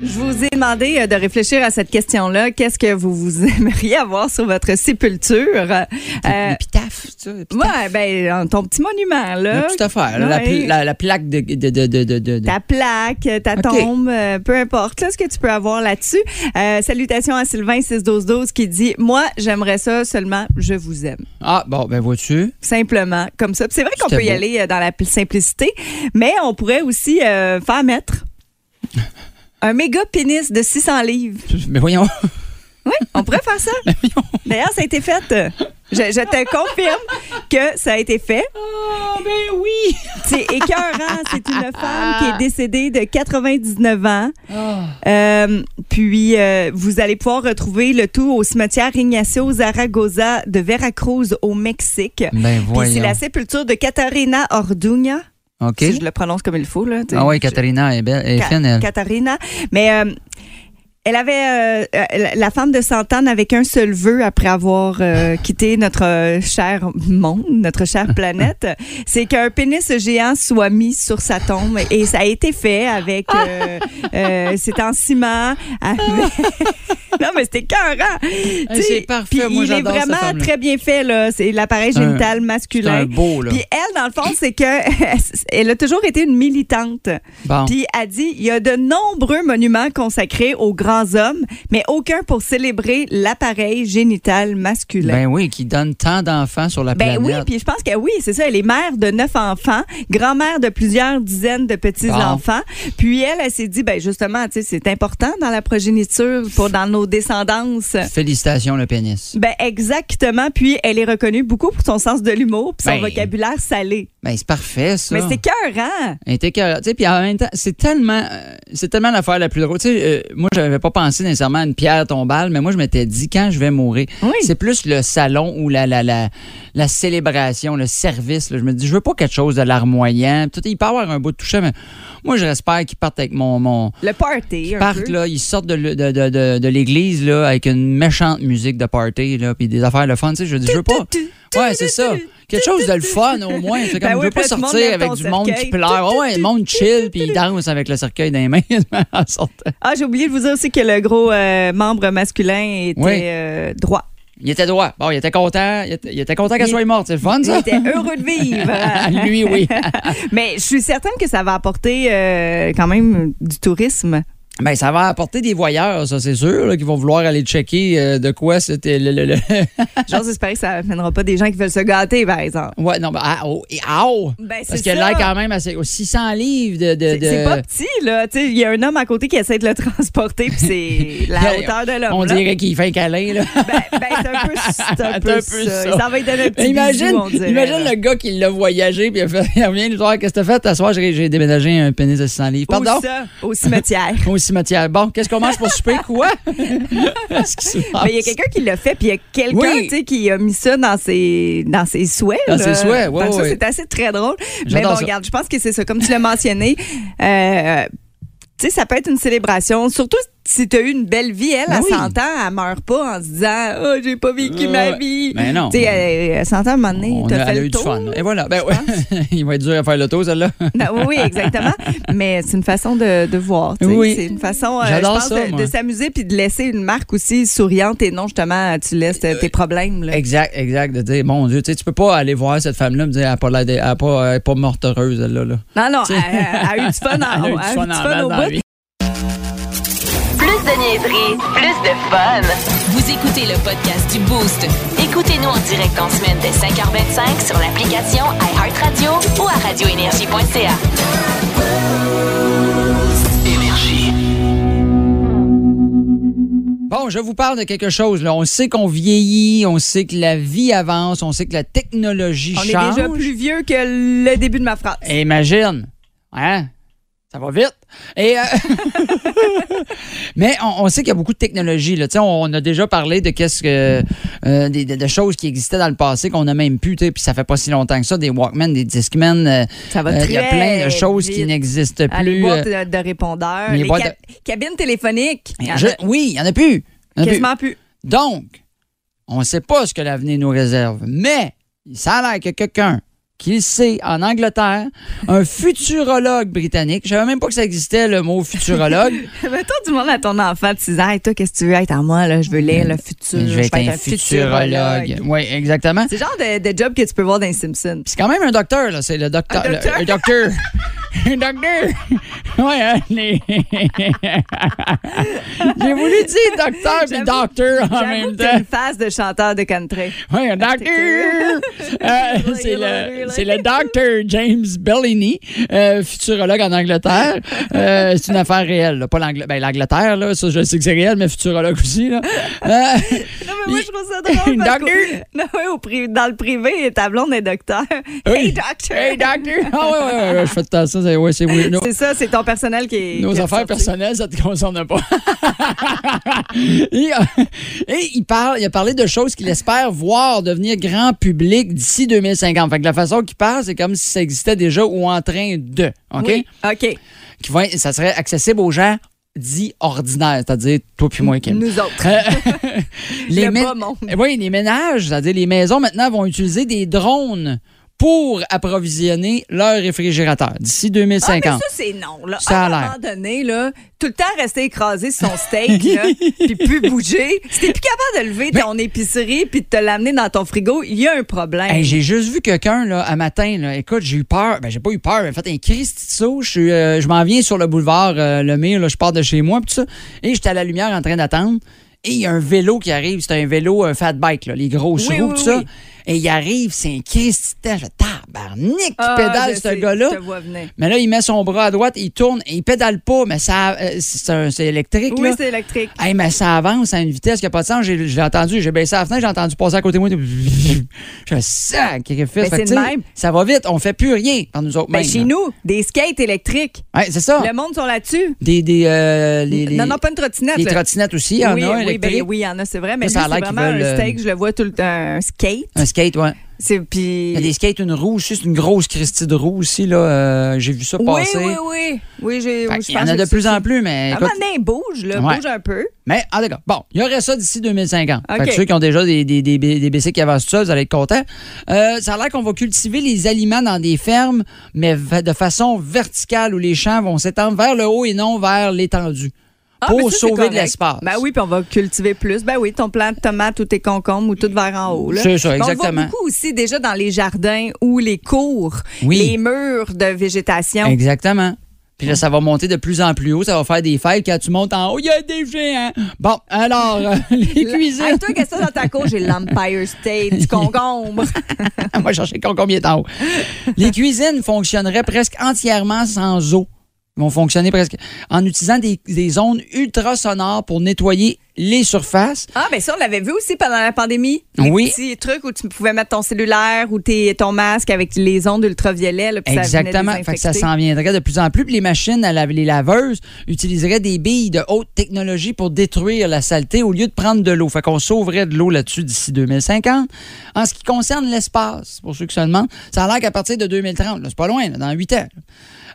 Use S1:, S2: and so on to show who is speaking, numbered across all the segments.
S1: Je vous ai demandé euh, de réfléchir à cette question-là. Qu'est-ce que vous, vous aimeriez avoir sur votre sépulture? Euh,
S2: L'épitaphe, ça. l'épitaphe.
S1: ouais, ben, euh, ton petit monument,
S2: La
S1: là.
S2: petite affaire, là, la,
S1: Ouais.
S2: pla- la- la plaque de. de, de, de, de- de-
S1: Ta plaque, euh, ta
S2: Ok.
S1: tombe, euh, peu importe là, ce que tu peux avoir là-dessus. Euh, salutations à Sylvain 61212 qui dit Moi, j'aimerais ça seulement, je vous aime.
S2: Ah, bon, ben vois-tu.
S1: Simplement, comme ça. Puis C'est vrai qu'on
S2: C'était
S1: peut y
S2: beau.
S1: aller euh, dans la pl- simplicité, mais on pourrait aussi euh, faire mettre un méga pénis de 600 livres.
S2: Mais voyons.
S1: Oui, on pourrait faire ça. D'ailleurs, ça a été fait. Euh, Je, je te confirme que ça a été fait.
S2: Ah, ben oui!
S1: C'est écœurant. C'est une femme qui est décédée de 99 ans. Euh, puis, euh, vous allez pouvoir retrouver le tout au cimetière Ignacio Zaragoza de Veracruz, au Mexique.
S2: Ben
S1: Puis, c'est
S2: voyons.
S1: la sépulture de Catarina Orduña.
S2: OK.
S1: Si je le prononce comme il faut. Là, tu sais.
S2: Ah, oui,
S1: Je-
S2: Katharina Ah est belle. Elle est
S1: Ca-
S2: fine, elle.
S1: Katharina. Mais euh, elle avait euh, euh, la- la femme de Santane avec un seul vœu après avoir euh, quitté notre euh, cher monde, notre chère planète, c'est qu'un pénis géant soit mis sur sa tombe et ça a été fait avec euh, euh, c'est en ciment. avec- non mais c'était carré.
S2: Ah, c'est parfait, moi,
S1: il est
S2: j'adore cette
S1: vraiment
S2: femme-là.
S1: très bien fait là, c'est l'appareil
S2: C'est un-
S1: génital
S2: C'est
S1: masculin.
S2: un beau, là.
S1: Puis elle, dans le fond, c'est que elle a toujours été une militante.
S2: Bon.
S1: Puis a dit, il y a de nombreux monuments consacrés aux grands hommes, mais aucun pour célébrer l'appareil génital masculin.
S2: Ben oui, qui donne tant d'enfants sur la
S1: Ben oui,
S2: planète.
S1: puis je pense que oui, c'est ça. Elle est mère de neuf enfants, grand-mère de plusieurs dizaines de petits-enfants. Puis elle, elle s'est dit, ben justement, tu sais, c'est important dans la progéniture, pour dans nos descendances.
S2: Félicitations, le pénis.
S1: Ben exactement. Puis elle est reconnue beaucoup pour son sens de l'humour puis son
S2: Ben.
S1: vocabulaire salé.
S2: Ben, c'est parfait, ça.
S1: Mais c'est hein? cœurant.
S2: Elle était écœurante. Tu sais, Puis en même temps, c'est tellement, euh, c'est tellement l'affaire la plus drôle. Tu sais, euh, moi, je n'avais pas pensé nécessairement à une pierre tombale, mais moi, je m'étais dit, quand je vais mourir,
S1: Oui.
S2: c'est plus le salon ou la, la, la, la célébration, le service. là. Je me dis, je veux pas quelque chose de larmoyant. Tout, il peut y avoir un bout de toucher, mais moi, j'espère qu'ils partent avec mon... mon
S1: Le party. un
S2: partent,
S1: peu.
S2: là, ils sortent de, le- de, de, de, de l'église là, avec une méchante musique de party, là, puis des affaires de fun. Tu sais, je dis, je veux pas...
S1: Tu- tu-
S2: Ouais,
S1: tu-
S2: c'est
S1: tu-
S2: ça.
S1: tu-
S2: Quelque chose de le fun, au moins. C'est
S1: Ben
S2: comme,
S1: oui,
S2: je veux pas
S1: puis là, tout le monde
S2: sortir
S1: lève
S2: avec
S1: ton
S2: du monde qui
S1: cercueil.
S2: pleure. Ah ouais, le monde chill, puis il danse avec le cercueil dans les mains en sortant.
S1: Ah, j'ai oublié de vous dire aussi que le gros euh, membre masculin était
S2: Oui.
S1: euh, droit.
S2: Il était droit. Bon, il était content. Il était, il était content qu'elle
S1: Il-
S2: soit morte. C'est le fun,
S1: Il
S2: ça?
S1: était heureux de vivre.
S2: Lui, oui.
S1: Mais je suis certaine que ça va apporter euh, quand même du tourisme.
S2: Ben, ça va apporter des voyeurs, ça, c'est sûr, là, qui vont vouloir aller checker euh, de quoi c'était le. le- le-
S1: J'ose espérer que ça amènera pas des gens qui veulent se gâter, par exemple.
S2: ouais, non, ben, ah, oh, et ah, oh!
S1: Ben, c'est
S2: Parce que
S1: ça.
S2: là, quand même, assez, oh, 600 livres de. de,
S1: C'est
S2: de-
S1: c'est pas petit, là. Tu sais, Il y a un homme à côté qui essaie de le transporter, puis c'est la hauteur de l'homme.
S2: on
S1: là.
S2: dirait qu'il fait un câlin, là.
S1: Ben, ben, c'est un peu, c'est un peu ça. Ça va être un petit
S2: imagine,
S1: bisou, on dirait,
S2: imagine
S1: là.
S2: le gars qui l'a voyagé puis il, a fait, il revient nous voir qu'est-ce que t'as fait t'as soir j'ai j'ai déménagé un pénis de 600 livres.
S1: Ou
S2: Pardon.
S1: ça, au cimetière.
S2: Au cimetière. Bon, qu'est-ce qu'on mange pour souper quoi Qu'est-ce qui se passe?
S1: Mais il y a quelqu'un qui l'a fait, puis il y a quelqu'un
S2: Ah, Oui.
S1: tu sais, qui a mis ça dans ses, dans ses souhaits.
S2: Dans
S1: là.
S2: ses souhaits, ouais,
S1: Fait que ça,
S2: ouais.
S1: C'est assez très drôle. Mais
S2: J'adore
S1: bon,
S2: ça.
S1: regarde, je pense que c'est ça. Comme tu l'as mentionné, euh, tu sais, ça peut être une célébration, surtout si tu as eu une belle vie. Elle,
S2: Ben
S1: à
S2: oui.
S1: 100 ans, elle meurt pas en se disant « Oh, j'ai pas vécu
S2: Euh,
S1: ma vie!
S2: ben non.
S1: Tu sais, elle- à 100 ans, à un moment donné,
S2: On a,
S1: t'as
S2: elle
S1: fait
S2: a
S1: le
S2: eu du
S1: tour.
S2: fun. Et voilà. Ben ouais. il va être dur à faire le tour, celle-là.
S1: Non, Ben oui, exactement. Mais c'est une façon de, de voir. tu sais.
S2: Oui.
S1: C'est une façon, euh, je
S2: J'adore
S1: pense,
S2: ça,
S1: de-
S2: moi.
S1: de, s'amuser puis de laisser une marque aussi souriante et non, justement, tu laisses euh, tes problèmes. là.
S2: Exact, exact. De dire, mon Dieu, tu sais, tu peux pas aller voir cette femme-là et me dire, elle a pas, l'air de- elle a pas, elle est pas morte heureuse, celle-là. là.
S1: Non, non, elle, elle a eu du fun en
S2: Elle a eu
S1: haut,
S2: du
S1: elle a eu
S2: fun
S1: du
S2: en
S1: fun
S2: masse
S1: au
S2: dans la
S1: bout.
S2: vie.
S3: Plus de niaiserie, plus de fun. Vous écoutez le podcast du Boost. Écoutez-nous en direct en semaine dès 5h25 sur l'application iHeartRadio ou à radioénergie.ca.
S2: Bon, je vous parle de quelque chose. Là. On sait qu'on vieillit, on sait que la vie avance, on sait que la technologie
S1: On est
S2: change. Eh,
S1: déjà plus vieux que le début de ma phrase.
S2: Imagine. Hein? Ça va vite. Et euh, mais on, on sait qu'il y a beaucoup de technologies. Là. Tu sais, On, on a déjà parlé de qu'est-ce que euh, des, de, de choses qui existaient dans le passé qu'on n'a même plus. tu sais, Puis ça fait pas si longtemps que ça. Des Walkman, des Discman. euh,
S1: Ça va
S2: euh, Il y a
S1: très
S2: plein de choses qui
S1: vite.
S2: n'existent
S1: Ah, Les
S2: plus.
S1: boîtes
S2: euh,
S1: de, de répondeurs,
S2: les
S1: les,
S2: boîtes
S1: ca- cabines téléphoniques. Il y en a
S2: je- oui, il y en a plus. Il y en a plus.
S1: quasiment plus.
S2: Donc, on ne sait pas ce que l'avenir nous réserve, mais ça a l'air que quelqu'un qui le sait en Angleterre, un futurologue britannique, je ne savais même pas que ça existait le mot futurologue,
S1: Mettons du monde à ton enfant, tu dis, hey, toi, qu'est-ce que tu veux être à moi? Là? Je veux lire le futur.
S2: mais Mm. je vais être un futurologue. Oui, exactement.
S1: C'est le genre de, de job que tu peux voir dans les Simpsons.
S2: Puis c'est quand même un docteur, là. C'est le docteur.
S1: Un docteur?
S2: le- Un docteur. Un docteur. Ouais, hein, les- J'ai voulu dire docteur puis
S1: J'avoue-
S2: docteur en
S1: J'avoue
S2: même
S1: que t'as
S2: temps.
S1: une face de chanteur de country.
S2: Oui, un docteur. Euh, c'est le, c'est le docteur James Bellini, euh, futurologue en Angleterre. Euh, c'est une affaire réelle, là, pas l'Angl- ben, l'Angleterre, là, ça je sais que c'est réel, mais futurologue aussi. Là. Euh,
S1: Non, mais moi, je trouve ça drôle.
S2: Une
S1: parce qu'au-
S2: docteur?
S1: Non, oui, au pri- dans le privé, ta blonde est docteur. Hey, docteur!
S2: Hey, docteur. Ah ouais, ouais, ouais, ouais, je fais de temps ça, c'est ouais, c'est weird. Nos-
S1: C'est ça, c'est ton personnel qui est. qui
S2: Nos
S1: est
S2: affaires
S1: ressorti.
S2: personnelles, ça te concerne pas. et, euh, et il parle, il a parlé de choses qu'il espère voir devenir grand public d'ici 2050. Fait que la façon qu'il parle, c'est comme si ça existait déjà ou en train de. OK?
S1: Oui, OK.
S2: Qui va être- ça serait accessible aux gens dits ordinaires, c'est-à-dire toi puis moi, Kim.
S1: Nous autres.
S2: Euh,
S1: Le
S2: mé- Eh
S1: bas monde.
S2: Oui, les ménages, c'est-à-dire les maisons maintenant vont utiliser des drones pour approvisionner leur réfrigérateur
S1: Ah,
S2: d'ici
S1: mais
S2: 2050.
S1: ça, c'est non. Là.
S2: Ça a
S1: à un
S2: l'air.
S1: moment donné, là, tout le temps rester écrasé sur son steak, là, puis plus bouger. Si t'es plus capable de lever
S2: Ben
S1: ton épicerie puis de te l'amener dans ton frigo, il y a un problème.
S2: Hey, j'ai juste vu quelqu'un là à matin là. Écoute, j'ai eu peur. Ben j'ai pas eu peur. mais fait un Christy de saut. Je suis, euh, je m'en viens sur le boulevard euh, Lemire. Là, je pars de chez moi pis tout ça. Et j'étais à la lumière en train d'attendre. Et il y a un vélo qui arrive. C'est un vélo un fat bike là, les grosses
S1: Oui,
S2: roues
S1: oui,
S2: tout ça.
S1: oui.
S2: Et il arrive, c'est un Christy de temps. Je fais, tabarnak qui
S1: Ah,
S2: pédale
S1: je
S2: ce
S1: sais,
S2: gars-là.
S1: Je te vois venir.
S2: Mais là, il met son bras à droite, il tourne, et il pédale pas, mais ça, euh, c'est un- c'est électrique.
S1: Oui,
S2: là.
S1: c'est électrique.
S2: Hey, mais ça avance à une vitesse qui n'a pas de sens. J'ai j'ai entendu, j'ai baissé la fenêtre, j'ai entendu passer à côté de moi. J'ai un sacrifice.
S1: Mais
S2: Fait que,
S1: c'est
S2: tu sais,
S1: le même.
S2: Ça va vite, on fait plus rien par nous autres.
S1: Ben,
S2: mêmes,
S1: chez
S2: là.
S1: nous, des skates électriques.
S2: Ouais, c'est ça.
S1: Le monde sont là-dessus.
S2: Des, des, euh, les, les-
S1: Non, non, pas une trottinette.
S2: les
S1: là.
S2: trottinettes aussi, il y en
S1: oui,
S2: a,
S1: oui, ben,
S2: électriques.
S1: oui, il y en a, c'est vrai. Mais
S2: Ça, ça a
S1: lui, c'est
S2: l'air qu'ils
S1: vraiment un
S2: veulent, euh,
S1: steak, je le vois tout le temps. Un skate.
S2: Un skate, ouais.
S1: C'est puis.
S2: Il y a des skates, une roue aussi, c'est une grosse Christie de roue aussi, là. euh, j'ai vu ça
S1: Oui,
S2: passer.
S1: oui, oui. Oui, j'ai. oui, je
S2: il y en
S1: pense
S2: a
S1: que
S2: de plus
S1: c'est-
S2: en plus, mais.
S1: À un
S2: écoute,
S1: moment donné, bouge, là,
S2: Ouais.
S1: bouge un peu.
S2: Mais, ah, d'accord. Bon, il y aurait ça d'ici 2050. Fait que
S1: OK.
S2: ceux qui ont déjà des, des, des, des BC qui avancent tout ça, vous allez être contents. Euh, ça a l'air qu'on va cultiver les aliments dans des fermes, mais va- de façon verticale où les champs vont s'étendre vers le haut et non vers l'étendue.
S1: Ah, mais
S2: pour
S1: ça, c'est
S2: sauver de
S1: correct.
S2: l'espace.
S1: Ben oui, puis on va cultiver plus. Ben oui, ton plant de tomates ou tes concombres ou tout vers en haut. là.
S2: C'est ça,
S1: Mais On
S2: exactement.
S1: le voit beaucoup aussi déjà dans les jardins ou les cours,
S2: Oui.
S1: les murs de végétation.
S2: Exactement. Puis
S1: Hein?
S2: là, ça va monter de plus en plus haut. Ça va faire des fêtes. Quand tu montes en haut, il y a des géants. Bon, alors, euh, les cuisines.
S1: Hey, toi, qu'est-ce que t'as dans ta cour? J'ai l'Empire State, du concombre.
S2: Ah, Moi, chercher con- combien de temps. Les cuisines fonctionneraient presque entièrement sans eau. Ils vont fonctionner presque en utilisant des, des ondes ultrasonores pour nettoyer les surfaces.
S1: Ah, ben ça, on l'avait vu aussi pendant la pandémie. Les
S2: Oui.
S1: petits trucs où tu pouvais mettre ton cellulaire ou tes, ton masque avec les ondes ultraviolets. là, puis ça venait
S2: Exactement. Fait que ça
S1: désinfecter.
S2: s'en viendrait de plus en plus. Puis les machines, à laver- les laveuses, utiliseraient des billes de haute technologie pour détruire la saleté au lieu de prendre de l'eau. Fait qu'on sauverait de l'eau là-dessus d'ici 2050. En ce qui concerne l'espace, pour ceux qui se demandent, ça a l'air qu'à partir de 2030, là, c'est pas loin, là, dans 8 ans,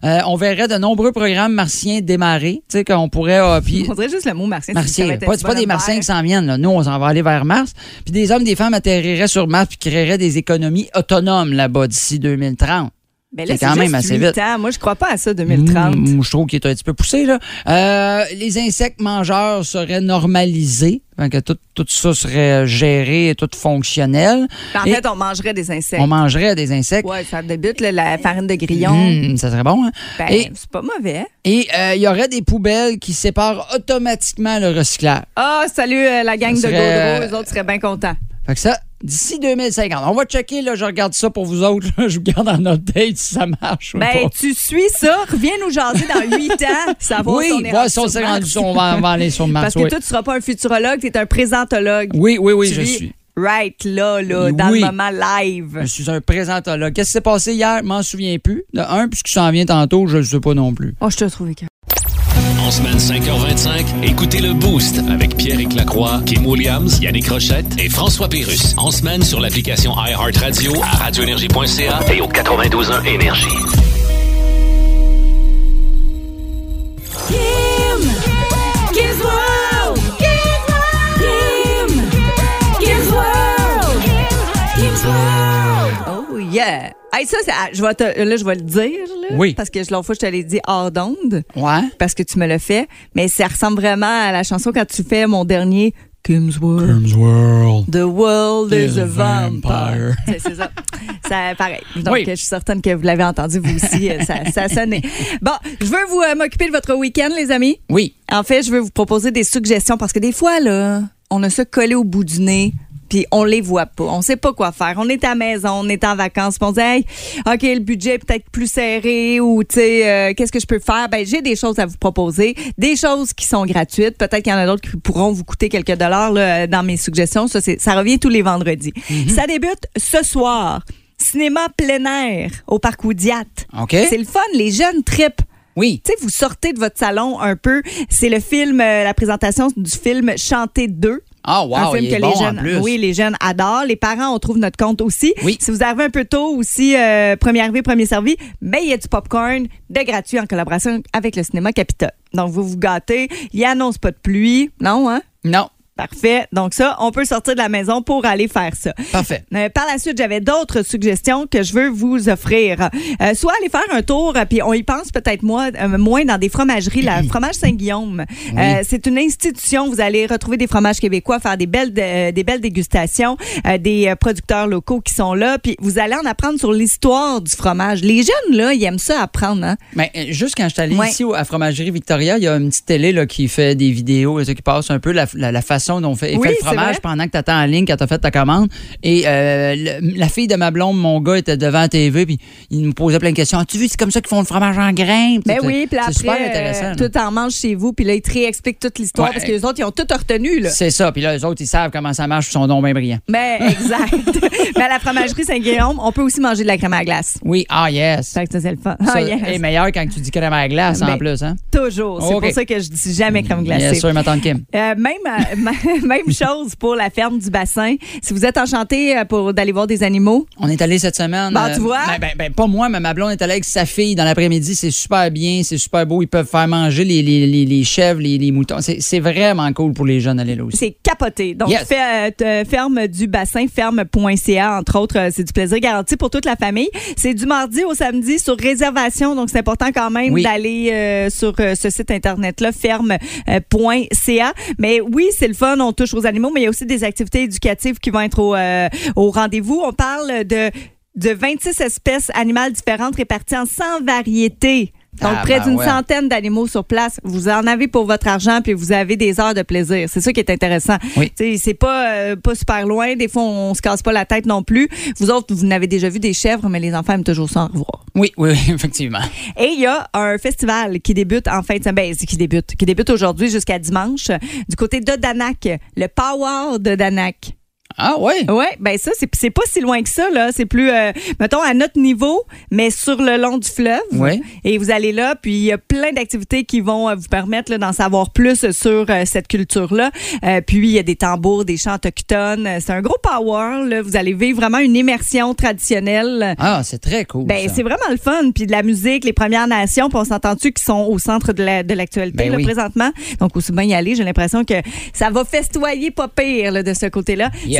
S2: là, euh, on verrait de nombreux programmes martiens démarrer. Tu sais, qu'on pourrait. euh, puis-
S1: On dirait juste le mot martien.
S2: Martiens,
S1: ça va
S2: là.
S1: être
S2: pas,
S1: un
S2: c'est pas des
S1: bonhomme
S2: Martiens
S1: vert.
S2: qui s'en viennent. Là. Nous, on s'en va aller vers Mars. Puis des hommes, des femmes atterriraient sur Mars puis créeraient des économies autonomes là-bas d'ici 2030.
S1: Ben là,
S2: C'est
S1: c'est
S2: quand
S1: quand
S2: même
S1: même
S2: assez vite.
S1: Moi, je crois pas à ça, 2030.
S2: Mm, je trouve qu'il est un petit peu poussé. Là. Euh, les insectes mangeurs seraient normalisés. Fait que tout, tout ça serait euh, géré et tout fonctionnel.
S1: En
S2: Et
S1: fait, on mangerait des insectes.
S2: on mangerait des insectes.
S1: Ouais, ça débute là, la farine de grillon.
S2: Mm, ça serait bon. hein?
S1: Ben,
S2: Et-
S1: c'est pas mauvais.
S2: Et euh, il y aurait des poubelles qui séparent automatiquement le recyclage.
S1: Ah, salut euh, la gang
S2: Ça
S1: de
S2: serait-
S1: Gaudreau, eux autres seraient bien contents.
S2: Fait que ça, d'ici 2050. On va checker, là, je regarde ça pour vous autres. là. je vous garde en update si ça marche ou
S1: Ben,
S2: pas.
S1: tu suis ça, reviens nous jaser dans huit ans, savoir
S2: oui,
S1: si on est
S2: voir
S1: rendu
S2: si on
S1: sur
S2: s'est
S1: Mars.
S2: rendu, on va, on va aller sur Mars.
S1: Parce que
S2: oui.
S1: toi, tu seras pas un futurologue, tu es un présentologue.
S2: oui, oui, oui,
S1: Tu
S2: je
S1: lis
S2: suis.
S1: right là, là
S2: Oui.
S1: dans le moment live.
S2: Je suis un présentologue. Qu'est-ce qui s'est passé hier? Je m'en souviens plus. De un, puisque s'en vient tantôt, je ne sais pas non plus.
S1: Oh, je te trouve que.
S4: En semaine 5h25, écoutez le Boost avec Pierre Lacroix, Kim Williams, Yannick Rochette et François Pérus. En semaine sur l'application iHeartRadio à radioénergie.ca et au 92.1 Énergie.
S1: Oh yeah! Hey, ça, c'est- ah, je vais te, là, je vais le dire. là,
S2: Oui.
S1: Parce que l'autre fois, je te l'ai dit hors d'onde,
S2: Ouais?
S1: parce que tu me le fais. Mais ça ressemble vraiment à la chanson quand tu fais mon dernier Kim's World.
S2: World.
S1: The world is,
S2: Is
S1: a
S2: a
S1: vampire.
S2: vampire.
S1: C'est c'est ça. ça. Pareil. Donc,
S2: Oui.
S1: je suis certaine que vous l'avez entendu, vous aussi. euh, ça, ça sonnait. Bon, je veux vous euh, m'occuper de votre week-end, les amis.
S2: Oui.
S1: En fait, je veux vous proposer des suggestions parce que des fois, là, on a ça collé au bout du nez. Puis on les voit pas, on sait pas quoi faire. On est à la maison, on est en vacances, puis on dit Hey, OK, le budget est peut-être plus serré ou tu sais euh, qu'est-ce que je peux faire Ben j'ai des choses à vous proposer, des choses qui sont gratuites, peut-être qu'il y en a d'autres qui pourront vous coûter quelques dollars là, dans mes suggestions, ça c'est ça revient tous les vendredis. Ça débute ce soir. Cinéma plein air au parc Oudiat.
S2: OK.
S1: C'est le fun, les jeunes tripent.
S2: Oui.
S1: Tu sais, vous sortez de votre salon un peu. C'est le film, euh, la présentation du film Chanter 2.
S2: Ah, wow,
S1: un film
S2: il est
S1: que
S2: bon
S1: les
S2: en
S1: jeunes,
S2: plus.
S1: oui, les jeunes adorent. Les parents, on trouve notre compte aussi.
S2: Oui.
S1: Si vous arrivez un peu tôt aussi, euh, premier arrivé, premier servi, mais il y a du popcorn de gratuit en collaboration avec le cinéma Capitole. Donc vous vous gâtez. Il annonce pas de pluie, non hein?
S2: Non.
S1: Parfait. Donc ça, on peut sortir de la maison pour aller faire ça.
S2: Parfait.
S1: Euh, par la suite, j'avais d'autres suggestions que je veux vous offrir. Euh, soit aller faire un tour, euh, puis on y pense peut-être moins, euh, moins dans des fromageries, la fromage Saint-Guillaume. Euh, c'est une institution. Vous allez retrouver des fromages québécois, faire des belles, euh, des belles dégustations, euh, des euh, producteurs locaux qui sont là, puis vous allez en apprendre sur l'histoire du fromage. Les jeunes là, ils aiment ça apprendre. Hein?
S2: Mais euh, juste quand je suis allé
S1: Ouais.
S2: ici au- à Fromagerie Victoria, il y a une petite télé là, qui fait des vidéos et ça, qui passe un peu la, la- la façon dont on fait,
S1: Oui,
S2: fait le
S1: c'est vrai.
S2: fromage pendant que tu attends en ligne quand tu as fait ta commande. Et euh, le- la fille de ma blonde, mon gars, était devant la TV puis il nous posait plein de questions. As-tu vu, c'est comme ça qu'ils font le fromage en grain?
S1: Ben oui, puis après,
S2: C'est super
S1: euh,
S2: intéressant. là.
S1: tout en mange chez vous, puis là ils te réexpliquent toute l'histoire
S2: Ouais.
S1: parce que les autres ils ont tout retenu là.
S2: C'est ça. Puis là, les autres, ils savent comment ça marche, ils sont donc bien brillants.
S1: Mais exact. Mais à la fromagerie Saint-Guillaume, on peut aussi manger de la crème à glace.
S2: Oui, ah yes.
S1: Fait que ça, c'est le fun.
S2: Ça
S1: Ah, yes.
S2: est meilleur quand tu dis crème à glace
S1: Ben,
S2: en plus. Hein?
S1: Toujours. C'est
S2: Ok.
S1: pour ça que je dis jamais crème glacée.
S2: Bien sûr, ma tante Kim.
S1: Euh, même, euh, m- même chose pour la ferme du bassin. Si vous êtes enchanté euh, pour d'aller voir des animaux,
S2: On est allé cette semaine.
S1: Bon, tu vois?
S2: Ben, ben, ben, pas moi, mais ma blonde est allée avec sa fille dans l'après-midi. C'est super bien, c'est super beau. Ils peuvent faire manger les, les, les, les chèvres, les, les moutons. C'est c'est vraiment cool pour les jeunes d'aller là aussi.
S1: c'est capoté. Donc,
S2: Yes.
S1: fait, euh, t- euh, ferme du bassin, ferme.ca, entre autres, euh, c'est du plaisir garanti pour toute la famille. C'est du mardi au samedi sur réservation, donc c'est important quand même
S2: Oui.
S1: d'aller euh, sur euh, ce site internet-là, euh, ferme.ca. Mais oui, c'est le fun, on touche aux animaux, mais il y a aussi des activités éducatives qui vont être au, euh, au rendez-vous. On parle de, de 26 espèces animales différentes réparties en 100 variétés. Donc,
S2: Ah,
S1: près
S2: ben
S1: d'une
S2: ouais.
S1: centaine centaines d'animaux sur place. Vous en avez pour votre argent, puis vous avez des heures de plaisir. C'est ça qui est intéressant.
S2: Oui.
S1: Tu sais, C'est pas, euh, pas super loin. Des fois, on, se casse pas la tête non plus. Vous autres, vous n'avez déjà vu des chèvres, mais les enfants aiment toujours ça en revoir.
S2: Oui, oui, oui, effectivement.
S1: Et il y a un festival qui débute en fin de semaine, ben, qui débute, qui débute aujourd'hui jusqu'à dimanche, du côté de Danak, le Power de Danak.
S2: Ah oui?
S1: Ouais, ben ça c'est c'est pas si loin que ça là, c'est plus euh, mettons à notre niveau mais sur le long du fleuve.
S2: Ouais.
S1: Et vous allez là puis il y a plein d'activités qui vont euh, vous permettre là, d'en savoir plus sur euh, cette culture là. puis il y a des tambours, des chants autochtones, Euh, c'est un gros power là, vous allez vivre vraiment une immersion traditionnelle.
S2: Ah, c'est très cool.
S1: Ben,
S2: ça.
S1: c'est vraiment le fun. Puis de la musique, les Premières Nations, puis on s'entend-tu qui sont au centre de la- de l'actualité
S2: Ben
S1: là,
S2: oui.
S1: présentement. Donc, aussi bien y aller, j'ai l'impression que ça va festoyer pas pire là, de ce côté-là.
S2: Yes.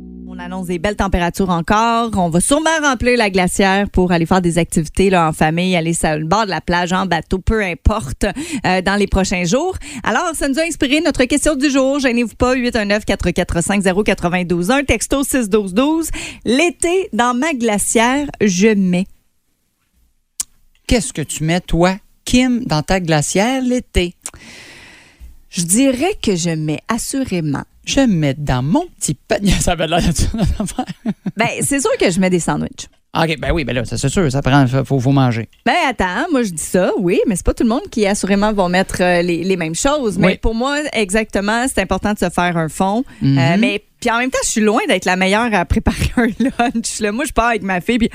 S1: On annonce des belles températures encore. On va sûrement remplir la glacière pour aller faire des activités là, en famille, aller sur le bord de la plage, en bateau, peu importe, euh, dans les prochains jours. Alors, ça nous a inspiré notre question du jour. Gênez-vous pas, 819-445-0921, texto 61212. L'été, dans ma glacière, je mets.
S2: Qu'est-ce que tu mets, toi, Kim, dans ta glacière l'été?
S1: Je dirais que je mets assurément
S2: je mets dans mon petit panier. Ça avait l'air d'une affaire.
S1: Ben, c'est sûr que je mets des sandwichs.
S2: OK, ben oui, ben là, ça, c'est sûr, ça prend, faut, faut manger.
S1: Ben attends, moi je dis ça, oui, mais c'est pas tout le monde qui assurément va mettre euh, les, les mêmes choses. Mais
S2: Oui.
S1: pour moi, exactement, c'est important de se faire un fond. Euh,
S2: Mhm.
S1: mais puis en même temps, je suis loin d'être la meilleure à préparer un lunch. là. Moi, je pars avec ma fille, puis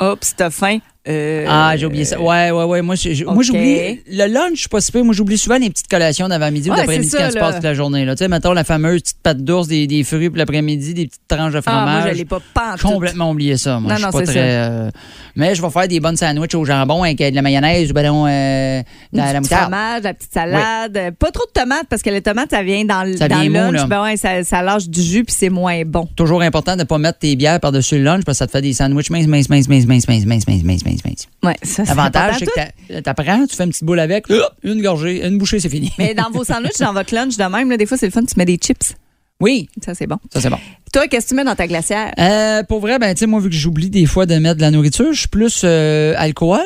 S1: hop, si t'as faim. euh,
S2: Ah, j'ai oublié ça. Ouais, ouais, ouais. Moi, j'ai- j'ai- moi,
S1: OK.
S2: j'oublie. Le lunch, je suis pas si pire. Moi, j'oublie souvent les petites collations d'avant-midi ou
S1: Ouais,
S2: d'après-midi
S1: c'est
S2: quand
S1: ça,
S2: se
S1: là.
S2: passe toute la journée. là. Tu sais, mettons la fameuse petite pâte d'ours, des, des fruits pour l'après-midi, des petites tranches de
S1: Ah,
S2: fromage.
S1: moi, je l'ai pas pantoute.
S2: complètement oublié ça. Moi,
S1: Non,
S2: je suis
S1: non,
S2: pas
S1: c'est
S2: très. euh, mais je vais faire des bonnes sandwichs au jambon avec euh, de la mayonnaise ou ben non, euh, de la,
S1: Du
S2: la
S1: petit
S2: moutarde.
S1: fromage, la petite salade. Euh, Pas trop de tomates parce que les tomates, ça vient dans le
S2: Ça
S1: dans
S2: vient
S1: le
S2: mou,
S1: lunch.
S2: là.
S1: Ben ouais, ça, ça lâche du jus puis c'est moins bon.
S2: Toujours important de ne pas mettre tes bières par-dessus le lunch parce que ça te fait des sandwichs minces, minces, minces, minces, minces, minces, minces, minces, minces, minces, minces.
S1: Ouais, ça, c'est
S2: L'avantage,
S1: important.
S2: c'est
S1: Toi,
S2: que t'a- t'apprends, tu fais une petite boule avec, hop, une gorgée, une bouchée, c'est fini.
S1: Mais dans vos sandwichs, dans votre lunch de même, là, des fois, c'est le fun, tu mets des chips.
S2: Oui,
S1: Ça, c'est bon.
S2: ça c'est bon.
S1: Toi, qu'est-ce que tu mets dans ta glacière?
S2: Euh, pour vrai, ben, tu sais, moi, vu que j'oublie des fois de mettre de la nourriture, je suis plus euh, alcool.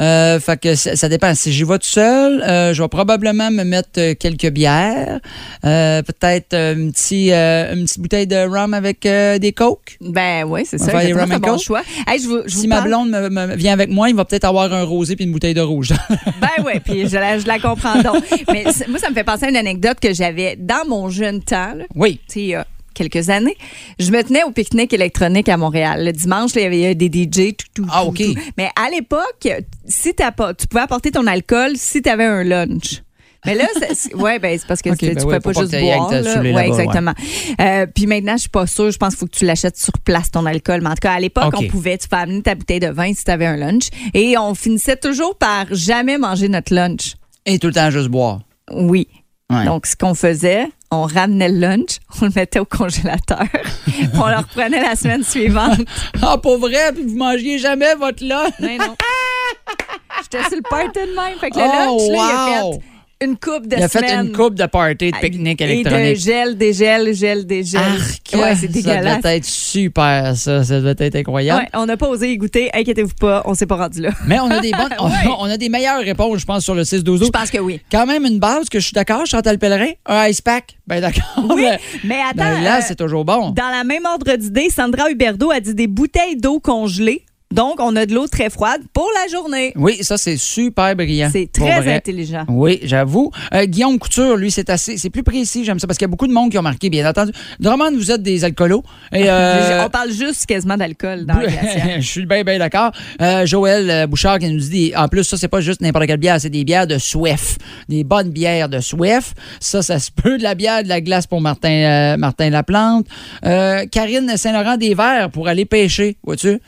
S2: Euh, fait que ça, ça dépend. Si j'y vais tout seul, euh, je vais probablement me mettre euh, quelques bières, Euh, peut-être euh, un petit, euh, une petite bouteille de rhum avec euh, des cokes.
S1: Ben oui, c'est
S2: On
S1: ça.
S2: va faire les
S1: exactement, C'est
S2: rum
S1: un
S2: and
S1: bon
S2: coke.
S1: choix. Hey, je vous, je
S2: Si
S1: vous
S2: ma
S1: parle-
S2: blonde me- me- vient avec moi, il va peut-être avoir un rosé puis une bouteille de rouge.
S1: Ben oui, puis je la, je la comprends donc. Mais c'est- moi, ça me fait penser à une anecdote que j'avais dans mon jeune temps, là,
S2: oui.
S1: tu sais, il y a euh, quelques années. Je me tenais au pique-nique électronique à Montréal. Le dimanche, là, il y avait il y avait euh, des DJ, tout, tout,
S2: Ah,
S1: tout,
S2: OK.
S1: tout. Mais à l'époque, si t'as pas, tu pouvais apporter ton alcool si tu avais un lunch. Mais là, c'est- c'est- ouais, ben, c'est parce que
S2: OK,
S1: tu- tu
S2: ben ouais,
S1: pouvais
S2: faut
S1: pas,
S2: pas que
S1: juste
S2: t'ailles avec
S1: boire.
S2: ta
S1: là.
S2: soulée
S1: Ouais,
S2: là-bas, ouais.
S1: exactement. Euh, puis maintenant, je suis pas sûre. Je pense qu'il faut que tu l'achètes sur place, ton alcool. Mais en tout cas, à l'époque,
S2: OK.
S1: on pouvait, tu peux amener ta bouteille de vin si tu avais un lunch. Et on finissait toujours par jamais manger notre lunch.
S2: Et tout le temps juste boire.
S1: Oui.
S2: Ouais.
S1: Donc, ce qu'on faisait, on ramenait le lunch, on le mettait au congélateur, puis on le reprenait la semaine suivante.
S2: Ah, pour vrai, puis vous mangiez jamais votre lunch.
S1: Non, non. J'étais sur le party de même. Fait que le
S2: Oh,
S1: lunch, là, il a
S2: wow.
S1: fait une coupe de
S2: Il a
S1: semaines.
S2: fait une coupe de party de pique-nique
S1: Et de
S2: électronique.
S1: gel, des gels, gel, des gels.
S2: Arc,
S1: ouais, c'est
S2: ça
S1: dégueulasse.
S2: devait être super, ça. Ça devait être incroyable.
S1: Ouais, on n'a pas osé y goûter. Inquiétez-vous pas, on s'est pas rendu là.
S2: Mais on a des bonnes, on, on a des meilleures réponses, je pense, sur le 6 12
S1: Je pense que oui.
S2: Quand même une base que je suis d'accord, Chantal Pellerin, un ice pack. Ben d'accord.
S1: Oui,
S2: Ben,
S1: mais attends,
S2: ben là,
S1: euh,
S2: c'est toujours bon.
S1: Dans la même ordre d'idée, Sandra Huberdeau a dit des bouteilles d'eau congelée. Donc, on a de l'eau très froide pour la journée.
S2: Oui, ça c'est super brillant.
S1: C'est
S2: Pour
S1: très
S2: vrai.
S1: intelligent.
S2: Oui, j'avoue. Euh, Guillaume Couture, lui, c'est assez, c'est plus précis, j'aime ça, parce qu'il y a beaucoup de monde qui ont marqué, bien entendu. Drummond, vous êtes des alcoolos. Et, euh,
S1: On parle juste quasiment d'alcool dans la glacière.
S2: je suis bien, bien d'accord. Euh, Joël euh, Bouchard qui nous dit, des- en plus, ça, c'est pas juste n'importe quelle bière, c'est des bières de soif. Des bonnes bières de soif. Ça, ça se peut. De la bière, de la glace pour Martin, euh, Martin Laplante. Euh, Karine Saint-Laurent des Verts pour aller pêcher, vois-tu?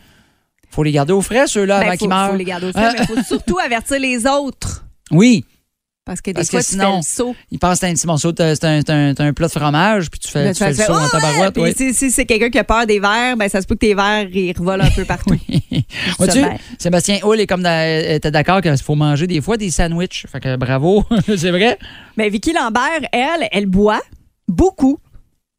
S2: Faut les garder au frais, ceux-là,
S1: Ben,
S2: avant
S1: faut,
S2: qu'ils meurent.
S1: faut les garder au frais,
S2: Euh,
S1: mais il faut surtout avertir les autres.
S2: Oui,
S1: Parce que des
S2: Parce que
S1: fois, tu
S2: sinon,
S1: fais le saut.
S2: ils pensent que c'est un petit morceau, de- c'est un, c'est un- c'est un plat de fromage, puis tu fais,
S1: Là,
S2: Ben, tu fais le
S1: fais,
S2: saut en
S1: Ouais,
S2: tabarouette.
S1: puis
S2: oui.
S1: Si, si c'est quelqu'un qui a peur des verres, ben, ça se peut que tes verres ils revolent un peu partout.
S2: Oui. Vois-tu,
S1: Sommaire.
S2: Sébastien Hull est comme d'a- était d'accord qu'il faut manger des fois des sandwichs. Fait que bravo, c'est vrai.
S1: Mais Vicky Lambert, elle, elle boit beaucoup.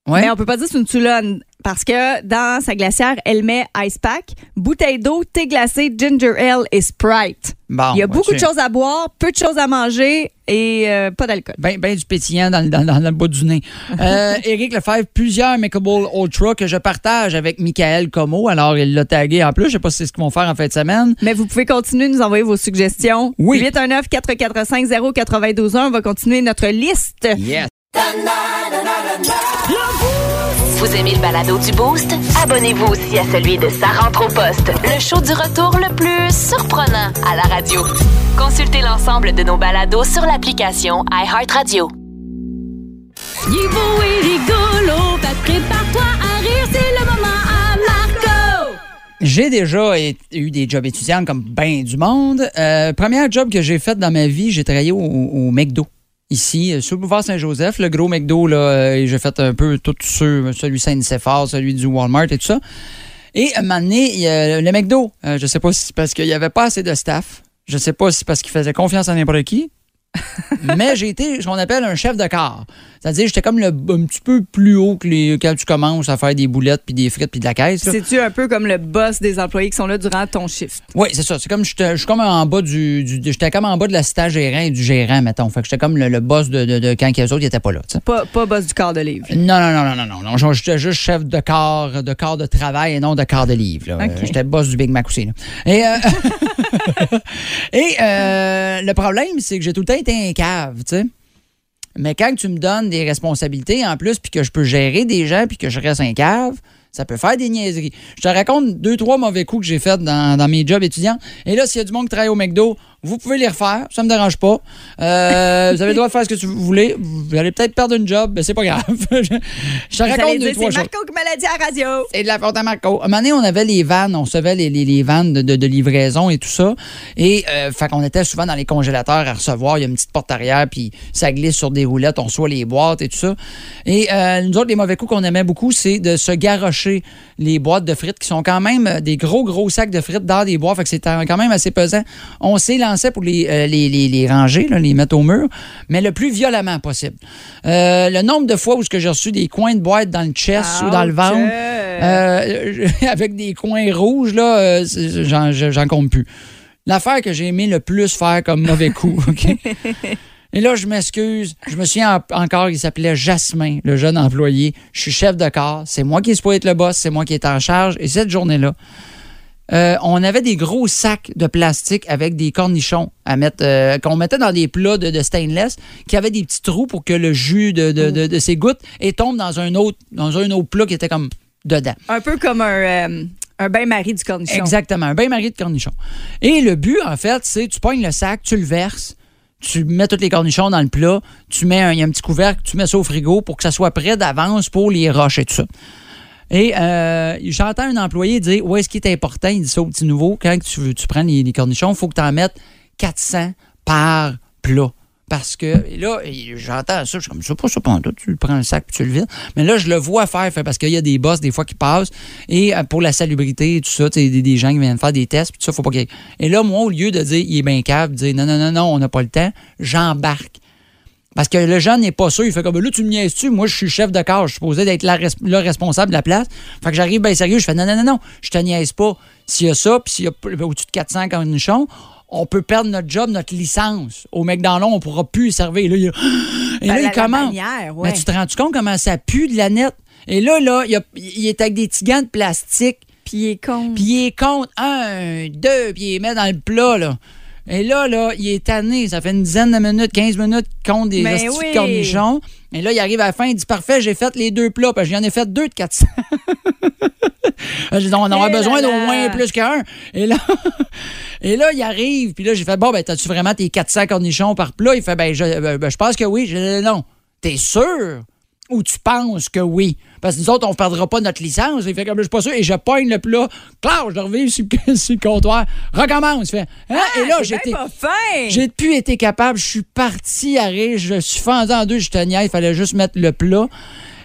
S2: Ouais.
S1: Mais on peut pas dire que c'est une toulonne. Parce que dans sa glacière, elle met ice pack, bouteille d'eau, thé glacé, ginger ale et Sprite.
S2: Bon,
S1: Il y a
S2: vois-tu.
S1: beaucoup de choses à boire, peu de choses à manger et euh, pas d'alcool.
S2: Ben, ben du pétillant dans, le- dans- dans le bas du nez. Euh, Éric Lefebvre, plusieurs Makeable Ultra que je partage avec Michael Como. Alors, il l'a tagué en plus. Je sais pas si c'est ce qu'ils vont faire en fin de semaine.
S1: Mais vous pouvez continuer de nous envoyer vos suggestions.
S2: Oui.
S1: 819 445 0921 On va continuer notre liste.
S2: Yes.
S3: Vous aimez le balado du Boost? Abonnez-vous aussi à celui de Sa rentre au poste, le show du retour le plus surprenant à la radio. Consultez l'ensemble de nos balados sur l'application iHeartRadio. Il est beau et rigolo, prépare-toi à rire, c'est le moment à Marco!
S2: J'ai déjà é- eu des jobs étudiants comme ben du monde. Euh, premier job que j'ai fait dans ma vie, j'ai travaillé au, au McDo. Ici, euh, sur le boulevard Saint-Joseph, le gros McDo, là, euh, et j'ai fait un peu tout ceux, celui Saint-Nicéphore, celui du Walmart et tout ça. Et à un moment donné, il y a le McDo, euh, je sais pas si c'est parce qu'il n'y avait pas assez de staff, je sais pas si c'est parce qu'il faisait confiance à n'importe qui, mais j'ai été ce qu'on appelle un chef de corps. C'est-à-dire, j'étais comme le, un petit peu plus haut que les, quand tu commences à faire des boulettes, puis des frites, puis de la caisse. là.
S1: C'est-tu un peu comme le boss des employés qui sont là durant ton shift?
S2: Oui, c'est ça. C'est comme j'étais- je suis comme en bas du, du- j'étais comme en bas de l'assistant gérant et du gérant, mettons. Fait que j'étais comme le, le boss de, de, de quand les autres n'étaient pas là. tu sais.
S1: Pas, pas boss du corps de livre.
S2: Non, non, non, non, non, non, non. je- J'étais juste chef de corps, de corps de travail et non de corps de livre. là.
S1: Ok.
S2: Euh, J'étais boss du Big Mac aussi. là. Et, euh, et euh, le problème, c'est que j'ai tout le temps été un cave, tu sais. Mais quand tu me donnes des responsabilités en plus, puis que je peux gérer des gens, puis que je reste un cave, ça peut faire des niaiseries. Je te raconte deux, trois mauvais coups que j'ai faits dans, dans mes jobs étudiants. Et là, s'il y a du monde qui travaille au McDo, vous pouvez les refaire. Ça me dérange pas. Euh, vous avez le droit de faire ce que tu- vous voulez. Vous allez peut-être perdre une job, mais c'est pas grave. je, je te
S1: Vous
S2: raconte
S1: allez
S2: deux,
S1: dire,
S2: trois
S1: c'est
S2: choses.
S1: Marco qui me l'a dit à la radio.
S2: C'est de la faute à Marco. À un moment donné, on avait les vannes, on recevait les, les, les vannes de, de- de livraison et tout ça. Et euh, fait qu'on était souvent dans les congélateurs à recevoir. Il y a une petite porte arrière, puis ça glisse sur des roulettes, on reçoit les boîtes et tout ça. Et euh, nous autres, les mauvais coups qu'on aimait beaucoup, c'est de se garrocher les boîtes de frites, qui sont quand même euh, des gros, gros sacs de frites dans des boîtes. Fait que c'était quand même assez pesant. On s'est lancé pour les, euh, les, les- les ranger, là, les mettre au mur, mais le plus violemment possible. Euh, le nombre de fois où est-ce que j'ai reçu des coins de boîtes dans le chest ou dans le
S1: Ouch.
S2: ventre. Euh, je- avec des coins rouges, là, euh, c'est- j'en, je- j'en compte plus. L'affaire que j'ai aimé le plus faire comme mauvais coup, OK? Et là, je m'excuse. Je me souviens en- encore, il s'appelait Jasmin, le jeune employé. Je suis chef de corps. C'est moi qui est supposé être le boss. C'est moi qui est en charge. Et cette journée-là, euh, on avait des gros sacs de plastique avec des cornichons à mettre, euh, qu'on mettait dans des plats de, de stainless qui avaient des petits trous pour que le jus de, de, de- de ces gouttes et tombe dans un autre, dans un autre plat qui était comme dedans.
S1: Un peu comme un, euh, un bain-marie du cornichon.
S2: Exactement, un bain-marie de cornichons. Et le but, en fait, c'est tu pognes le sac, tu le verses, tu mets tous les cornichons dans le plat, tu mets un, il y a un petit couvercle, tu mets ça au frigo pour que ça soit prêt d'avance pour les roches et tout ça. Et euh, j'entends un employé dire Ouais, ce qui est important, il dit ça au petit nouveau, quand tu, veux- tu prends les, les cornichons, il faut que tu en mettes 400 par plat. Parce que et là, et j'entends ça, je suis comme ça, pas ça, pas en tout. Tu prends le sac puis tu le vides. Mais là, je le vois faire, fait, parce qu'il y a des boss des fois qui passent. Et euh, pour la salubrité, et tout ça, tu sais, des, des gens qui viennent faire des tests, puis tout ça, faut pas qu'il. Et là, moi, au lieu de dire il est bien capable, de dire non, non, non, non, on n'a pas le temps, j'embarque. Parce que le jeune n'est pas sûr. Il fait comme là, tu me niaises-tu? Moi, je suis chef de corps. Je suis supposé d'être la res- le responsable de la place. Fait que j'arrive bien sérieux. Je fais non, non, non, non, je te niaise pas. S'il y a ça, puis s'il y a p- au-dessus de 400 cornichons, on peut perdre notre job, notre licence. Au McDonald's, on pourra plus y servir. Et là, il, y a-
S1: Ben,
S2: Et là,
S1: la-
S2: il
S1: la
S2: commence.
S1: manière, ouais.
S2: Mais tu te rends compte comment ça pue de la nette? Et là, là, il, y a- il est avec des petits gants de plastique.
S1: Puis il est con.
S2: Puis il les compte un, deux, puis il les met dans le plat, là. Et là, là, il est tanné. Ça fait une dizaine de minutes, 15 minutes qu'il compte des
S1: Mais
S2: hosties
S1: Ben
S2: de
S1: oui.
S2: cornichons. Et là, il arrive à la fin, il dit Parfait, j'ai fait les deux plats, parce que j'en ai fait deux de 400. Je dis, on aura
S1: Eh là
S2: besoin d'au
S1: là.
S2: moins plus qu'un. Et là, et là, il arrive, puis là, j'ai fait Bon, ben, t'as-tu vraiment tes 400 cornichons par plat Il fait Ben, je, ben, ben, je pense que oui. J'ai dit Non. T'es sûr ou tu penses que oui? Parce que nous autres, on ne perdra pas notre licence. Il fait comme je suis pas sûr. Et je pogne le plat. Claire, je reviens sur, le- sur le comptoir. Recommence. Fait, hein? et là,
S1: Ah, c'est
S2: j'étais.
S1: bien pas fin.
S2: J'ai plus été capable. Je suis parti à rire. Je suis fendu en deux. Je te niaise. Il fallait juste mettre le plat.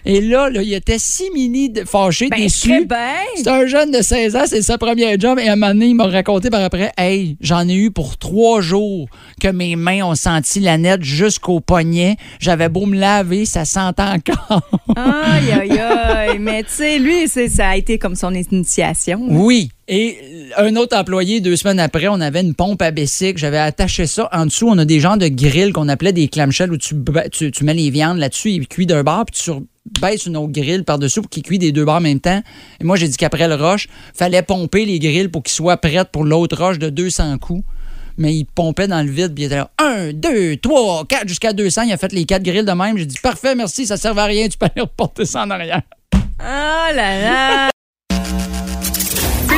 S2: Et là, là, il était si mini de- fâché,
S1: Ben, très
S2: déçu.
S1: bien.
S2: C'est un jeune de 16 ans, c'est sa première job. Et à un moment donné, il m'a raconté par après Hey, j'en ai eu pour trois jours que mes mains ont senti la nette jusqu'au poignet. J'avais beau me laver, ça sentait encore.
S1: Aïe, aïe, aïe. Mais tu sais, lui, c'est- ça a été comme son initiation.
S2: Oui. Et un autre employé, deux semaines après, on avait une pompe à bessic. J'avais attaché ça. En dessous, on a des genres de grilles qu'on appelait des clamshells où tu, ba- tu, tu mets les viandes là-dessus, il cuit d'un bar, puis tu sur- baisses une autre grille par-dessous pour qu'il cuit des deux bars en même temps. Et moi, j'ai dit qu'après le roche, fallait pomper les grilles pour qu'ils soient prêtes pour l'autre roche de 200 coups. Mais il pompait dans le vide, puis il était là, 1, 2, 3, 4, jusqu'à 200. Il a fait les quatre grilles de même. J'ai dit, parfait, merci, ça sert à rien, tu peux aller reporter ça en arrière.
S1: Oh là là.
S3: Plus